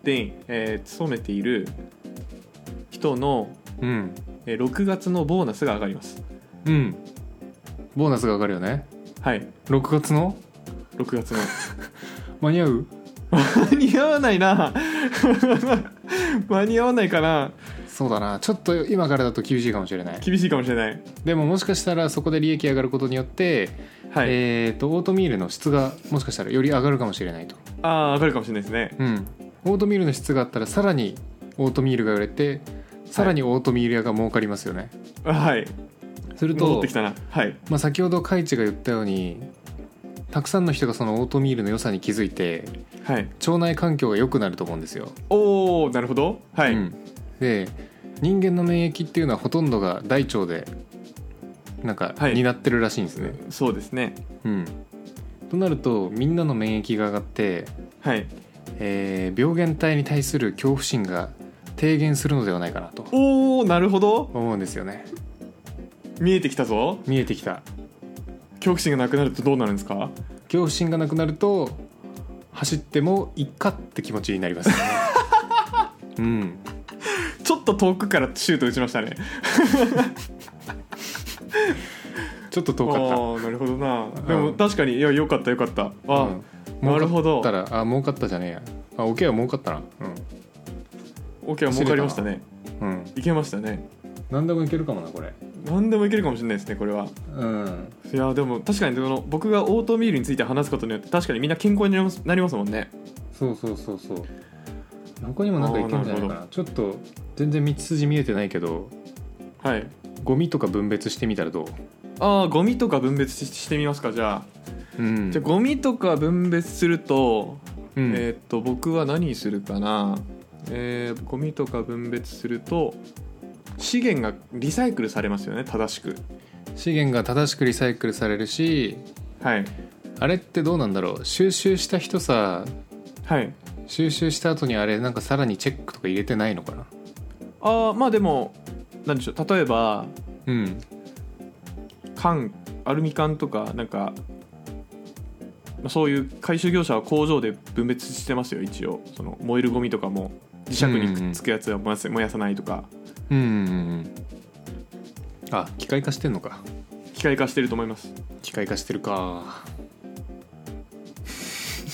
[SPEAKER 1] で、えー勤めている人の、
[SPEAKER 2] うん
[SPEAKER 1] えー6月のボーナスが上がります
[SPEAKER 2] うんボーナスが上がるよね
[SPEAKER 1] はい
[SPEAKER 2] 6月の
[SPEAKER 1] 6月の
[SPEAKER 2] 間に合う
[SPEAKER 1] 間に合わないな 間に合わないかな
[SPEAKER 2] そうだなちょっと今からだと厳しいかもしれない
[SPEAKER 1] 厳しいかもしれない
[SPEAKER 2] でももしかしたらそこで利益上がることによって、
[SPEAKER 1] はい、
[SPEAKER 2] えー、とオートミールの質がもしかしたらより上がるかもしれないと、
[SPEAKER 1] ああ上がるかもしれないですね
[SPEAKER 2] うん、オートミールの質があったらさらにオートミールが売れてさらにオートミール屋が儲かりますよね、
[SPEAKER 1] はい
[SPEAKER 2] する
[SPEAKER 1] 戻っ
[SPEAKER 2] と
[SPEAKER 1] てき、たなはい
[SPEAKER 2] まあ、先ほどカイチが言ったようにたくさんの人がそのオートミールの良さに気づいて
[SPEAKER 1] はい
[SPEAKER 2] 腸内環境が良くなると思うんですよ
[SPEAKER 1] おおなるほどはい、
[SPEAKER 2] うん、で人間の免疫っていうのはほとんどが大腸でなんか
[SPEAKER 1] はい
[SPEAKER 2] 担ってるらしいんですね、
[SPEAKER 1] そうですね
[SPEAKER 2] うんとなるとみんなの免疫が上がって、
[SPEAKER 1] はい
[SPEAKER 2] えー病原体に対する恐怖心が低減するのではないかなと
[SPEAKER 1] おおなるほど
[SPEAKER 2] 思うんですよね
[SPEAKER 1] 見えてきたぞ
[SPEAKER 2] 見えてきた
[SPEAKER 1] 恐怖心がなくなるとどうなるんですか
[SPEAKER 2] 恐怖心がなくなると走ってもいっかって気持ちにな りますねうん
[SPEAKER 1] ちょっと遠くからシュート打ちましたね
[SPEAKER 2] ちょっと遠かっ
[SPEAKER 1] ああなるほどな
[SPEAKER 2] うん
[SPEAKER 1] でも確かにいやよかったよかった
[SPEAKER 2] た
[SPEAKER 1] あ、
[SPEAKER 2] うん
[SPEAKER 1] なるほど
[SPEAKER 2] 儲かったらあ儲かったじゃねえやあオケは儲かったな
[SPEAKER 1] オッケー儲かりましたね
[SPEAKER 2] うん、うん、
[SPEAKER 1] いけましたね
[SPEAKER 2] 何でもいけるかもなこれ
[SPEAKER 1] 何でもいけるかもしれないですねこれは
[SPEAKER 2] うん
[SPEAKER 1] いやでも確かにこの僕がオートミールについて話すことによって確かにみんな健康になりますなりますもんね
[SPEAKER 2] そうそうそうそう他にもなんかいけるんじゃないかなちょっと全然道筋見えてないけど
[SPEAKER 1] はい
[SPEAKER 2] ゴミとか分別してみたらどう
[SPEAKER 1] ああゴミとか分別ししてみますかじゃあ
[SPEAKER 2] うん
[SPEAKER 1] じゃあゴミとか分別すると、
[SPEAKER 2] うん
[SPEAKER 1] えーっと僕は何するかなえーゴミとか分別すると資源がリサイクルされますよね正しく
[SPEAKER 2] 資源が正しくリサイクルされるし
[SPEAKER 1] はい
[SPEAKER 2] あれってどうなんだろう収集した人さ
[SPEAKER 1] はい
[SPEAKER 2] 収集した後にあれなんかさらにチェックとか入れてないのかな
[SPEAKER 1] ああまあでもなんでしょう例えば
[SPEAKER 2] うん
[SPEAKER 1] 缶アルミ缶とかなんかまあそういう回収業者は工場で分別してますよ一応その燃えるゴミとかも磁石にくっつくやつは燃やせ燃やさないとか
[SPEAKER 2] うんうんうんあ機械化してんのか
[SPEAKER 1] 機械化してると思います
[SPEAKER 2] 機械化してるか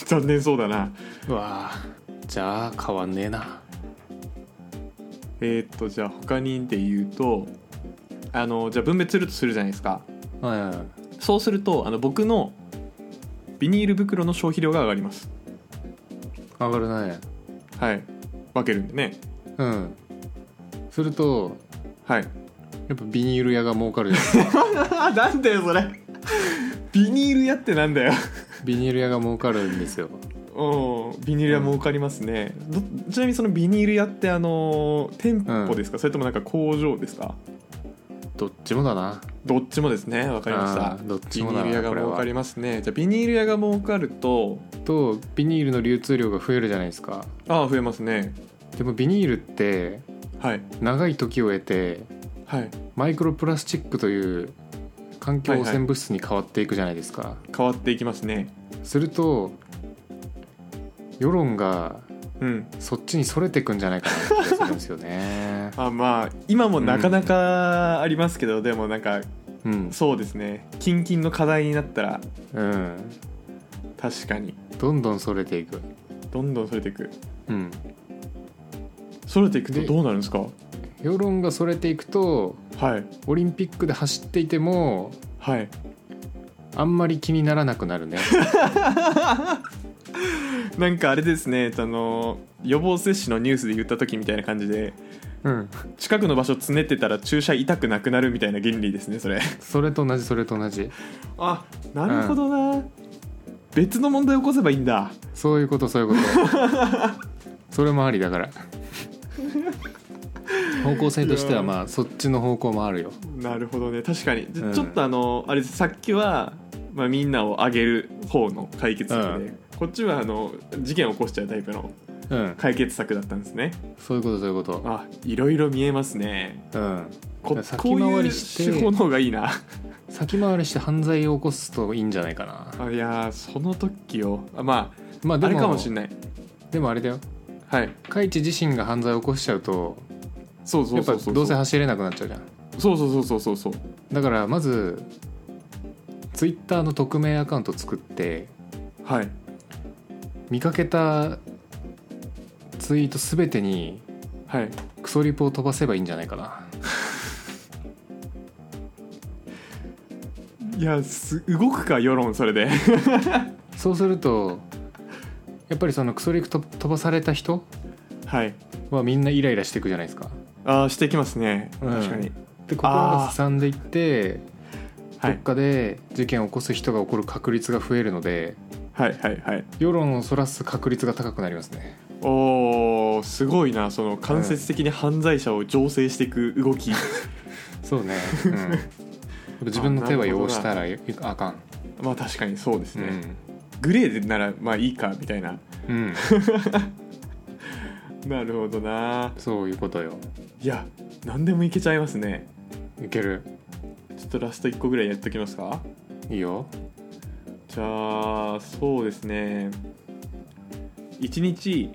[SPEAKER 1] 残念そうだな
[SPEAKER 2] うわーじゃあ変わんねえな
[SPEAKER 1] えーっとじゃあ他にで言うとあのじゃあ分別するとするじゃないですか
[SPEAKER 2] はいはいはい
[SPEAKER 1] そうするとあの僕のビニール袋の消費量が上がります
[SPEAKER 2] 上がるね
[SPEAKER 1] はい分けるんでね
[SPEAKER 2] うんすると
[SPEAKER 1] はい
[SPEAKER 2] やっぱビニール屋が儲かるじゃん
[SPEAKER 1] あ なんだよそれ ビニール屋ってなんだよ
[SPEAKER 2] ビニール屋が儲かるんですよ
[SPEAKER 1] おビニール屋儲かりますね、どちなみにそのビニール屋ってあのー店舗ですか、それともなんか工場ですか
[SPEAKER 2] どっちもだな
[SPEAKER 1] どっちもですねわかりまし
[SPEAKER 2] あ
[SPEAKER 1] た
[SPEAKER 2] ーどっち
[SPEAKER 1] ビニー
[SPEAKER 2] もだな
[SPEAKER 1] ル屋が
[SPEAKER 2] これ
[SPEAKER 1] 儲
[SPEAKER 2] は
[SPEAKER 1] かりますねじゃあビニール屋が儲かると
[SPEAKER 2] とビニールの流通量が増えるじゃないですか
[SPEAKER 1] ああ増えますね
[SPEAKER 2] でもビニールって
[SPEAKER 1] はい
[SPEAKER 2] 長い時を経て
[SPEAKER 1] はい
[SPEAKER 2] マイクロプラスチックという環境汚
[SPEAKER 1] はいは
[SPEAKER 2] 染物質に変わっていくじゃないですか、
[SPEAKER 1] 変わっていきますね
[SPEAKER 2] すると世論が
[SPEAKER 1] うん、
[SPEAKER 2] そっちにそれていくんじゃないかなって気がするんですよね
[SPEAKER 1] あまあ今もなかなかありますけど、でもなんか
[SPEAKER 2] うん
[SPEAKER 1] そうですね近々の課題になったら
[SPEAKER 2] うん、
[SPEAKER 1] 確かに
[SPEAKER 2] どんどんそれていく、
[SPEAKER 1] どんどんそれていく
[SPEAKER 2] うん、
[SPEAKER 1] それていくと
[SPEAKER 2] で
[SPEAKER 1] どうなるんですか
[SPEAKER 2] 世論がそれていくと
[SPEAKER 1] はい
[SPEAKER 2] オリンピックで走っていても
[SPEAKER 1] はい
[SPEAKER 2] あんまり気にならなくな るね
[SPEAKER 1] なんかあれですね、えっとあの予防接種のニュースで言った時みたいな感じで
[SPEAKER 2] うん
[SPEAKER 1] 近くの場所つねってたら注射痛くなくなるみたいな原理ですねそれ
[SPEAKER 2] それと同じそれと同じ
[SPEAKER 1] あなるほどな、別の問題起こせばいいんだ
[SPEAKER 2] そういうことそういうこ とそれもありだから方向性としてはまあそっちの方向もあるよ
[SPEAKER 1] なるほどね確かにじゃ
[SPEAKER 2] うん
[SPEAKER 1] ちょっとあの、あれですさっきは、まあ、みんなを上げる方の解決策で、
[SPEAKER 2] う
[SPEAKER 1] こっちはあの事件を起こしちゃうタイプの
[SPEAKER 2] うん
[SPEAKER 1] 解決策だったんですね
[SPEAKER 2] そういうことそういうこ
[SPEAKER 1] あいろいろ見えますね
[SPEAKER 2] とうん
[SPEAKER 1] こ
[SPEAKER 2] 先
[SPEAKER 1] こう
[SPEAKER 2] 回
[SPEAKER 1] いう
[SPEAKER 2] りして
[SPEAKER 1] 手法の方がいいな
[SPEAKER 2] 先回りして犯罪を起こすといいんじゃないかな
[SPEAKER 1] あいやーその時をあま
[SPEAKER 2] まあ
[SPEAKER 1] あ
[SPEAKER 2] で
[SPEAKER 1] あれ
[SPEAKER 2] も
[SPEAKER 1] かもしれない
[SPEAKER 2] でもあれだよ
[SPEAKER 1] はい
[SPEAKER 2] カイチ自身が犯罪を起こしちゃうと
[SPEAKER 1] そうそ
[SPEAKER 2] や
[SPEAKER 1] う
[SPEAKER 2] っぱ
[SPEAKER 1] そうそう
[SPEAKER 2] どうせ走れなくなっちゃうじゃん
[SPEAKER 1] そうそうそうそうそうそう
[SPEAKER 2] だからまずツイッターの匿名アカウント作って
[SPEAKER 1] はい
[SPEAKER 2] 見かけたツイート全てに
[SPEAKER 1] はい
[SPEAKER 2] クソリプを飛ばせばいいんじゃないかない
[SPEAKER 1] やす動くか世論それで
[SPEAKER 2] そうするとやっぱりそのクソリプと飛ばされた人
[SPEAKER 1] はい
[SPEAKER 2] はみんなイライラしていくじゃないですか
[SPEAKER 1] あーしてきますね
[SPEAKER 2] うん
[SPEAKER 1] 確かに、
[SPEAKER 2] で心がすさんでいってど
[SPEAKER 1] は
[SPEAKER 2] っ
[SPEAKER 1] い、
[SPEAKER 2] かで事件を起こす人が起こる確率が増えるので
[SPEAKER 1] はいはいはい
[SPEAKER 2] 世論をそらす確率が高くなりますね
[SPEAKER 1] おーすごいなその間接的に犯罪者を醸成していく動 き、
[SPEAKER 2] そうね、うん、やっぱ自分の手は汚したらあかん
[SPEAKER 1] まあ確かにそうです
[SPEAKER 2] う
[SPEAKER 1] ね、
[SPEAKER 2] ん、
[SPEAKER 1] グレーでならまあいいかみたいな
[SPEAKER 2] うん、
[SPEAKER 1] なるほどな
[SPEAKER 2] そういうことよ
[SPEAKER 1] いや何でもいけちゃいますね
[SPEAKER 2] いける
[SPEAKER 1] ちょっとラスト1個ぐらいやっときますか
[SPEAKER 2] いいよ
[SPEAKER 1] じゃあそうですね1日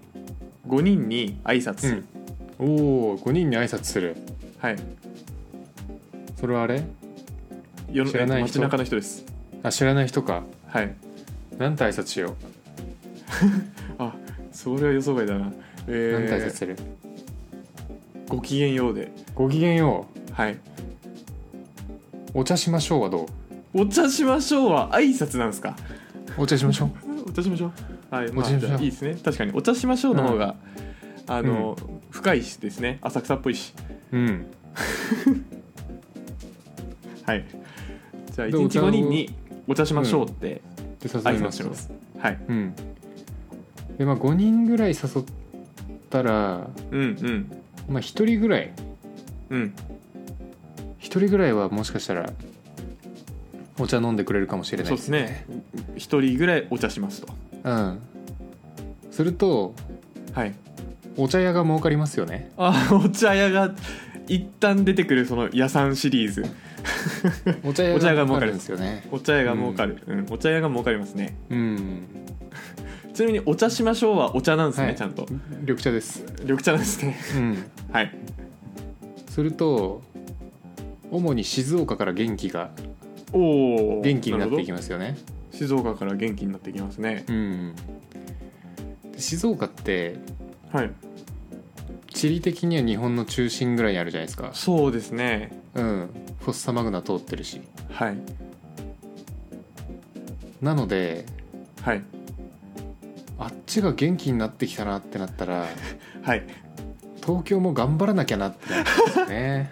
[SPEAKER 1] 5人に挨拶する、
[SPEAKER 2] おお5人に挨拶する
[SPEAKER 1] はい
[SPEAKER 2] それはあれ
[SPEAKER 1] 世の
[SPEAKER 2] 知らない人
[SPEAKER 1] 街中の人です
[SPEAKER 2] あ知らない人か
[SPEAKER 1] はい
[SPEAKER 2] なんて挨拶しよ
[SPEAKER 1] あそれは予想外だな
[SPEAKER 2] う、なんて挨
[SPEAKER 1] え
[SPEAKER 2] 拶する
[SPEAKER 1] ー、ごきげんようで
[SPEAKER 2] ごきげんよ
[SPEAKER 1] はいう
[SPEAKER 2] お茶しましょうはどう
[SPEAKER 1] お茶しましょうは挨拶なんですか
[SPEAKER 2] お茶しましょう
[SPEAKER 1] お茶しましょうはい、ま
[SPEAKER 2] お
[SPEAKER 1] あ、
[SPEAKER 2] 茶しましょう
[SPEAKER 1] じゃあいいですね確かにお茶しましょうの方が、あの、深いしですね浅草っぽいし
[SPEAKER 2] うん
[SPEAKER 1] はいじゃあ
[SPEAKER 2] で
[SPEAKER 1] 1日
[SPEAKER 2] お茶を
[SPEAKER 1] 5人にお茶しましょうって
[SPEAKER 2] でで誘
[SPEAKER 1] 挨
[SPEAKER 2] いま
[SPEAKER 1] 拶
[SPEAKER 2] す
[SPEAKER 1] しますはい
[SPEAKER 2] うんでまあ5人ぐらい誘ったら
[SPEAKER 1] うんうん
[SPEAKER 2] まあ1人ぐらい
[SPEAKER 1] うん
[SPEAKER 2] 1人ぐらいはもしかしたらお茶飲んでくれるかもしれない
[SPEAKER 1] そうですね一人ぐらいお茶しますと
[SPEAKER 2] うんすると
[SPEAKER 1] はい
[SPEAKER 2] お茶屋が儲かりますよ ね
[SPEAKER 1] あお茶屋が一旦出てくるその屋さんシリーズ
[SPEAKER 2] お茶屋
[SPEAKER 1] お茶屋が
[SPEAKER 2] が
[SPEAKER 1] 儲
[SPEAKER 2] 儲
[SPEAKER 1] か
[SPEAKER 2] か
[SPEAKER 1] る
[SPEAKER 2] るんですよね
[SPEAKER 1] お茶屋が儲かる、うんお茶屋が儲かりますね
[SPEAKER 2] うん
[SPEAKER 1] ちなみにお茶しましょうはお茶なんですね、
[SPEAKER 2] はい
[SPEAKER 1] ちゃんと
[SPEAKER 2] 緑茶です
[SPEAKER 1] 緑茶なんですね
[SPEAKER 2] うん
[SPEAKER 1] はい
[SPEAKER 2] すると主に静岡から元気が
[SPEAKER 1] おお
[SPEAKER 2] 元気になっていき
[SPEAKER 1] ま
[SPEAKER 2] ますよね
[SPEAKER 1] す静岡から元気になっていきますね
[SPEAKER 2] うんで静岡って
[SPEAKER 1] はい
[SPEAKER 2] 地理的には日本の中心ぐらいにあるじゃないですか
[SPEAKER 1] そうですね
[SPEAKER 2] うんフォッサマグナ通ってるし
[SPEAKER 1] はい
[SPEAKER 2] なので
[SPEAKER 1] はい
[SPEAKER 2] あっちが元気になってきたなってなった ら
[SPEAKER 1] はい
[SPEAKER 2] 東京も頑張らなきゃなってなるんですよね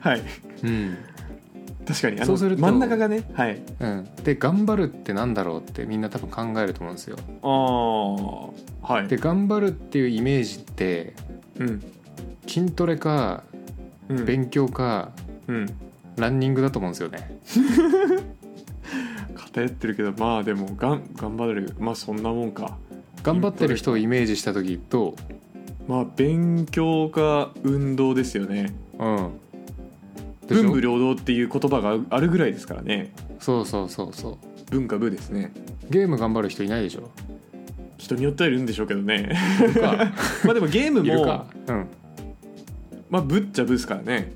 [SPEAKER 1] はい
[SPEAKER 2] うん、
[SPEAKER 1] 確かにあ
[SPEAKER 2] そ
[SPEAKER 1] の
[SPEAKER 2] うすると
[SPEAKER 1] 真ん中がねはい
[SPEAKER 2] うん、で頑張るってなんだろうってみんな多分考えると思うんですよ
[SPEAKER 1] ああはい
[SPEAKER 2] で頑張るっていうイメージって
[SPEAKER 1] うん
[SPEAKER 2] 筋トレか
[SPEAKER 1] うん
[SPEAKER 2] 勉強か
[SPEAKER 1] うん
[SPEAKER 2] ランニングだと思うんですよね
[SPEAKER 1] 偏ってるけどまあでもがん頑張れるまあそんなもんか
[SPEAKER 2] 頑張ってる人をイメージした時と、
[SPEAKER 1] まあ勉強か運動ですよね
[SPEAKER 2] うん、でしょ
[SPEAKER 1] 文武両道っていう言葉があるぐらいですからね
[SPEAKER 2] そうそうそうそう
[SPEAKER 1] 文化部ですね
[SPEAKER 2] ゲーム頑張る人いないでしょ
[SPEAKER 1] 人によってはいるんでしょうけどね
[SPEAKER 2] いるか
[SPEAKER 1] まあ でもゲーム
[SPEAKER 2] いるか
[SPEAKER 1] も、
[SPEAKER 2] うん、
[SPEAKER 1] まあ部っちゃ部ですからね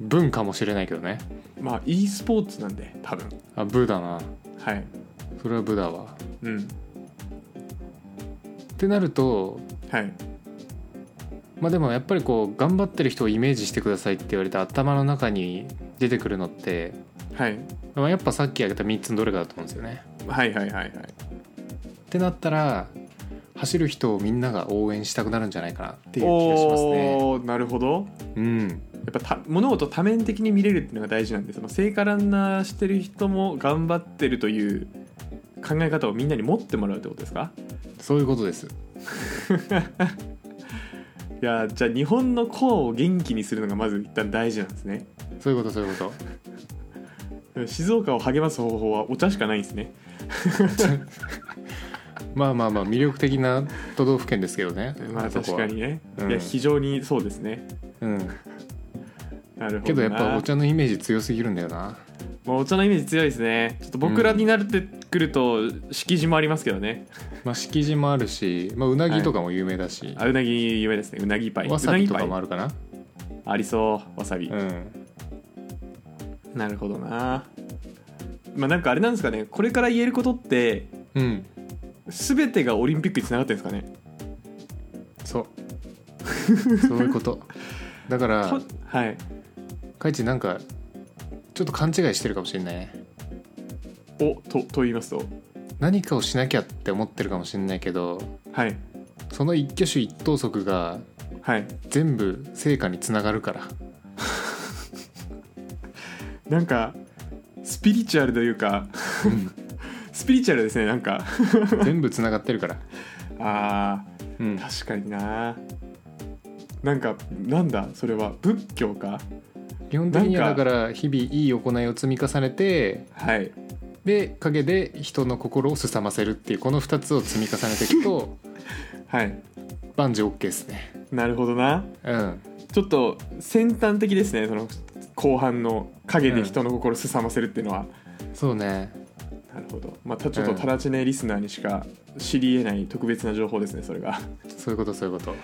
[SPEAKER 2] 文かもしれないけどね
[SPEAKER 1] まあ e スポーツなんで多分
[SPEAKER 2] あブだな
[SPEAKER 1] はい
[SPEAKER 2] それはブだわ
[SPEAKER 1] うん
[SPEAKER 2] ってなると
[SPEAKER 1] はい
[SPEAKER 2] まあでもやっぱりこう頑張ってる人をイメージしてくださいって言われた頭の中に出てくるのって、
[SPEAKER 1] はい
[SPEAKER 2] まあ、やっぱさっき挙げた3つのどれかだと思うんですよね。
[SPEAKER 1] はいはいはいはい
[SPEAKER 2] ってなったら走る人をみんなが応援したくなるんじゃないかなっていう気がしますね。
[SPEAKER 1] おーなるほど
[SPEAKER 2] うん、
[SPEAKER 1] やっぱた物事を多面的に見れるっていうのが大事なんです、まあ、聖火ランナーしてる人も頑張ってるという考え方をみんなに持ってもらうってことですか
[SPEAKER 2] そういうことです。
[SPEAKER 1] いやーじゃあ日本のコアを元気にするのがまず一旦大事なんですね
[SPEAKER 2] そういうことそういうこと。
[SPEAKER 1] 静岡を励ます方法はお茶しかないんですね
[SPEAKER 2] まあまあまあ魅力的な都道府県ですけどね。
[SPEAKER 1] まあ
[SPEAKER 2] そ
[SPEAKER 1] 確
[SPEAKER 2] こは
[SPEAKER 1] かに。ね、
[SPEAKER 2] うん
[SPEAKER 1] いや非常にそうですね
[SPEAKER 2] うん。
[SPEAKER 1] なるほどな
[SPEAKER 2] けどやっぱお茶のイメージ強すぎるんだよな。
[SPEAKER 1] まあお茶のイメージ強いですねちょっと僕らになってくると敷地もありますけどね、
[SPEAKER 2] まあ敷地もあるし、まあうなぎとかも有名だし、
[SPEAKER 1] あうなぎ夢ですねうなぎパイ
[SPEAKER 2] わさびと
[SPEAKER 1] うな
[SPEAKER 2] か
[SPEAKER 1] ぎパ
[SPEAKER 2] も
[SPEAKER 1] イ
[SPEAKER 2] あるかな。
[SPEAKER 1] ありそうわさび、
[SPEAKER 2] うん。
[SPEAKER 1] なるほどなまあなんかあれなんですかねこれから言えることって
[SPEAKER 2] うん。
[SPEAKER 1] 全てがオリンピックにつながってるんですかね
[SPEAKER 2] そうそういうことだから
[SPEAKER 1] とはい
[SPEAKER 2] カイチなんかちょっと勘違いしてるかもしれないね
[SPEAKER 1] おとと言いますと
[SPEAKER 2] 何かをしなきゃって思ってるかもしれないけど
[SPEAKER 1] はい
[SPEAKER 2] その一挙手一投足が
[SPEAKER 1] はい
[SPEAKER 2] 全部成果につながるから
[SPEAKER 1] なんかスピリチュアルというかスピリチュアルですねなんか
[SPEAKER 2] 全部つながってるから、
[SPEAKER 1] あ
[SPEAKER 2] うん
[SPEAKER 1] ー、確かにななんかなんだそれは仏教か
[SPEAKER 2] 基本的に
[SPEAKER 1] な
[SPEAKER 2] は
[SPEAKER 1] んか
[SPEAKER 2] だから日々いい行いを積み重ねて
[SPEAKER 1] はい
[SPEAKER 2] で陰で人の心をすさませるっていうこの2つを積み重ねていく と
[SPEAKER 1] はい
[SPEAKER 2] 万事 OK ですね
[SPEAKER 1] なるほどな
[SPEAKER 2] うん
[SPEAKER 1] ちょっと先端的ですねその後半の影で人の心をすさませるっていうのは、
[SPEAKER 2] そうね
[SPEAKER 1] なるほどまたちょっと
[SPEAKER 2] うん
[SPEAKER 1] タラチネリスナーにしか知りえない特別な情報ですねそれ が
[SPEAKER 2] そういうことそういうこと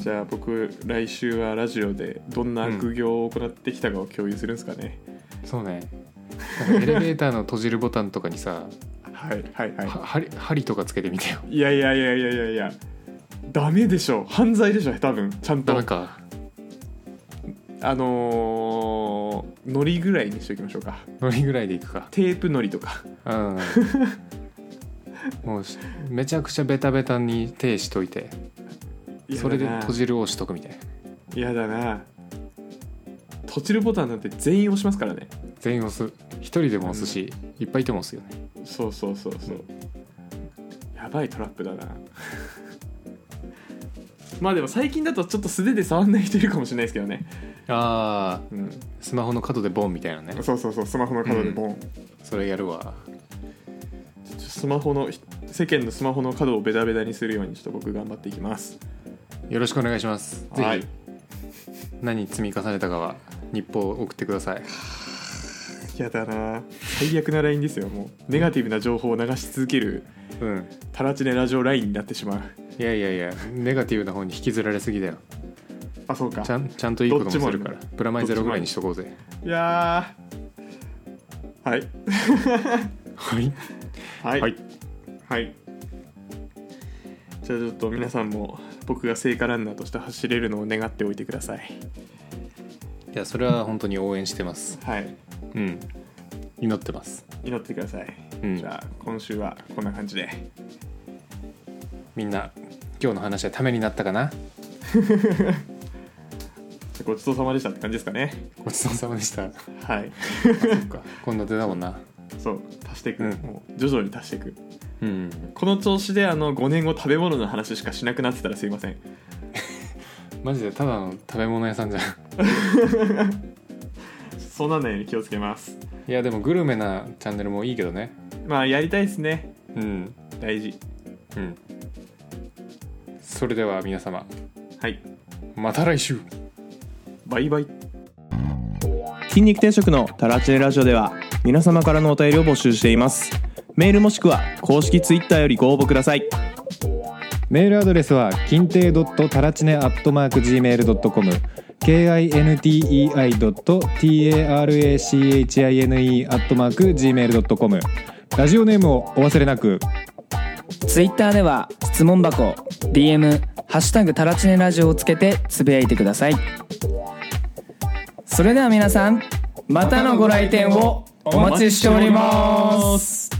[SPEAKER 1] じゃあ僕来週はラジオでどんな悪行を行ってきたかを共有するんですかね、
[SPEAKER 2] そうねなんかエレベーターの閉じるボタンとかにさ
[SPEAKER 1] はいはいはい
[SPEAKER 2] は針針とかつけてみてよ
[SPEAKER 1] いやいやいやいやいやいやダメでしょ犯罪でしょ多分ちゃん
[SPEAKER 2] ダメ
[SPEAKER 1] と
[SPEAKER 2] か
[SPEAKER 1] あのー、のりぐらいにしておきましょうか
[SPEAKER 2] ノリぐらいでいくか
[SPEAKER 1] テープのりとか
[SPEAKER 2] うん もうしめちゃくちゃベタベタに手しといてそれで閉じるを押しとくみたいな
[SPEAKER 1] るやだな閉じるボタンなんて全員押しますからね
[SPEAKER 2] 全員押す一人でも押すしいっぱいいても押すよね
[SPEAKER 1] そうそうそうそう、やばいトラップだな まあでも最近だとちょっと素手で触んない人いるかもしれないですけどね、
[SPEAKER 2] ああ
[SPEAKER 1] うん、
[SPEAKER 2] スマホの角でボンみたいなね
[SPEAKER 1] そうそうそうスマホの角でボン、ちょ
[SPEAKER 2] それやるわ
[SPEAKER 1] っとスマホの世間のスマホの角をベタベタにするようにちょっと僕頑張っていきます
[SPEAKER 2] よろしくお願いしますぜ
[SPEAKER 1] はい
[SPEAKER 2] ひ何積み重ねたかは日報を送ってください
[SPEAKER 1] やだな最悪なラインですよもうネガティブな情報を流し続ける
[SPEAKER 2] うん
[SPEAKER 1] タラチネラジオラインになってしまう
[SPEAKER 2] いやいやいやネガティブな方に引きずられすぎだよ
[SPEAKER 1] あそうか
[SPEAKER 2] ちゃんちゃんといいこともするか
[SPEAKER 1] ど
[SPEAKER 2] ら
[SPEAKER 1] っちもある
[SPEAKER 2] プラマイゼロぐらいにしとこうぜ
[SPEAKER 1] いやーはい
[SPEAKER 2] はい
[SPEAKER 1] はい
[SPEAKER 2] はい
[SPEAKER 1] はいじゃあちょっと皆さんも僕が聖火ランナーとして走れるのを願っておいてください
[SPEAKER 2] いやそれは本当に応援してます
[SPEAKER 1] はい
[SPEAKER 2] うん祈ってます
[SPEAKER 1] 祈ってください、
[SPEAKER 2] うん
[SPEAKER 1] じゃあ今週はこんな感じで
[SPEAKER 2] みんな今日の話はためになったかな
[SPEAKER 1] ごちそうさまでしたって感じですかね
[SPEAKER 2] ごちそうさまでした
[SPEAKER 1] はい
[SPEAKER 2] こんな手だもんな
[SPEAKER 1] そう足していく、
[SPEAKER 2] うん
[SPEAKER 1] もう徐々に足していく
[SPEAKER 2] うん
[SPEAKER 1] この調子であの5年後食べ物の話しかしなくなってたらすいません
[SPEAKER 2] マジでただの食べ物屋さんじゃん
[SPEAKER 1] そうなんないように気をつけます
[SPEAKER 2] いやでもグルメなチャンネルもいいけどね
[SPEAKER 1] まあやりたいですね
[SPEAKER 2] うん
[SPEAKER 1] 大事
[SPEAKER 2] うんそれでは皆様
[SPEAKER 1] はい
[SPEAKER 2] また来週
[SPEAKER 1] バイバイ筋肉定食のタラチネラジオでは皆様からのお便りを募集していますメールもしくは公式ツイッターよりご応募ください
[SPEAKER 2] メールアドレスは金亭ドットタラチネアットマーク gmail ドットコム k i n t e i ドット t a r a c h i n e アットマーク gmail ドットコムラジオネームをお忘れなく
[SPEAKER 3] ツイッターでは質問箱 DM「ハッシュタグタラチネラジオ」をつけてつぶやいてくださいそれでは皆さんまたのご来店をお待ちしております